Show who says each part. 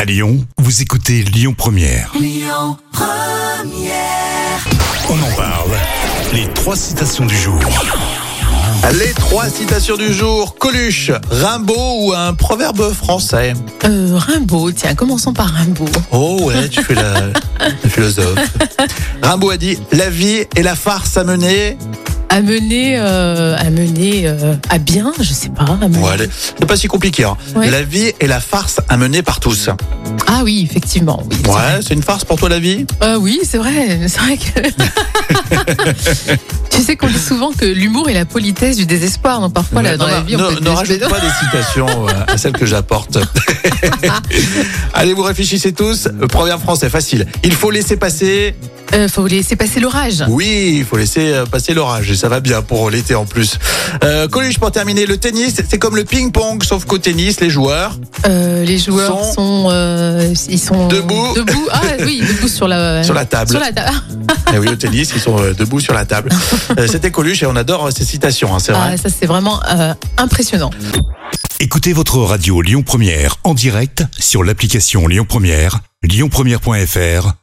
Speaker 1: À Lyon, vous écoutez Lyon Première. On en parle. Les trois citations du jour.
Speaker 2: Les trois citations du jour, Coluche, Rimbaud ou un proverbe français
Speaker 3: Euh, Rimbaud, tiens, commençons par Rimbaud.
Speaker 2: Oh ouais, tu fais la, la philosophe. Rimbaud a dit « La vie est la farce à mener
Speaker 3: Amener, euh, amener euh, à bien, je sais pas. amener- ».
Speaker 2: Bon, allez, c'est pas si compliqué. hein.
Speaker 3: Ouais.
Speaker 2: La vie est la farce à mener par tous.
Speaker 3: Ah oui, effectivement. Oui, c'est vrai.
Speaker 2: Ouais, c'est une farce pour toi la vie
Speaker 3: Euh, oui, c'est vrai. C'est vrai que. tu sais qu'on dit souvent que l'humour est la politesse du désespoir. Donc parfois, là,
Speaker 2: Ne-
Speaker 3: Euh, dans
Speaker 2: non,
Speaker 3: la
Speaker 2: non,
Speaker 3: vie, on
Speaker 2: ne,
Speaker 3: peut
Speaker 2: ne
Speaker 3: être des-
Speaker 2: rajoute pas des citations euh, à celles que j'apporte. allez, vous réfléchissez tous. Le proverbe français, facile. Il faut laisser passer
Speaker 3: Euh, faut laisser passer l'orage.
Speaker 2: Oui, il faut laisser euh, passer l'orage et ça va bien pour l'été en plus. Euh, Coluche, pour terminer, le tennis, c'est comme le ping-pong, sauf qu'au tennis, les joueurs.
Speaker 3: Euh, les joueurs
Speaker 2: Sont-
Speaker 3: sont, euh, ils sont
Speaker 2: Debout.
Speaker 3: Debout. Ah oui, debout sur la
Speaker 2: Sur la table.
Speaker 3: Sur la table. Ah,
Speaker 2: Eh oui, au tennis, ils sont euh, debout sur la table. Euh, C'était Coluche et on adore euh, ses citations, hein, c'est vrai.
Speaker 3: Ah, ça c'est vraiment euh, impressionnant.
Speaker 1: Écoutez votre radio Lyon Première en direct sur l'application Lyon Première, lyonpremière.fr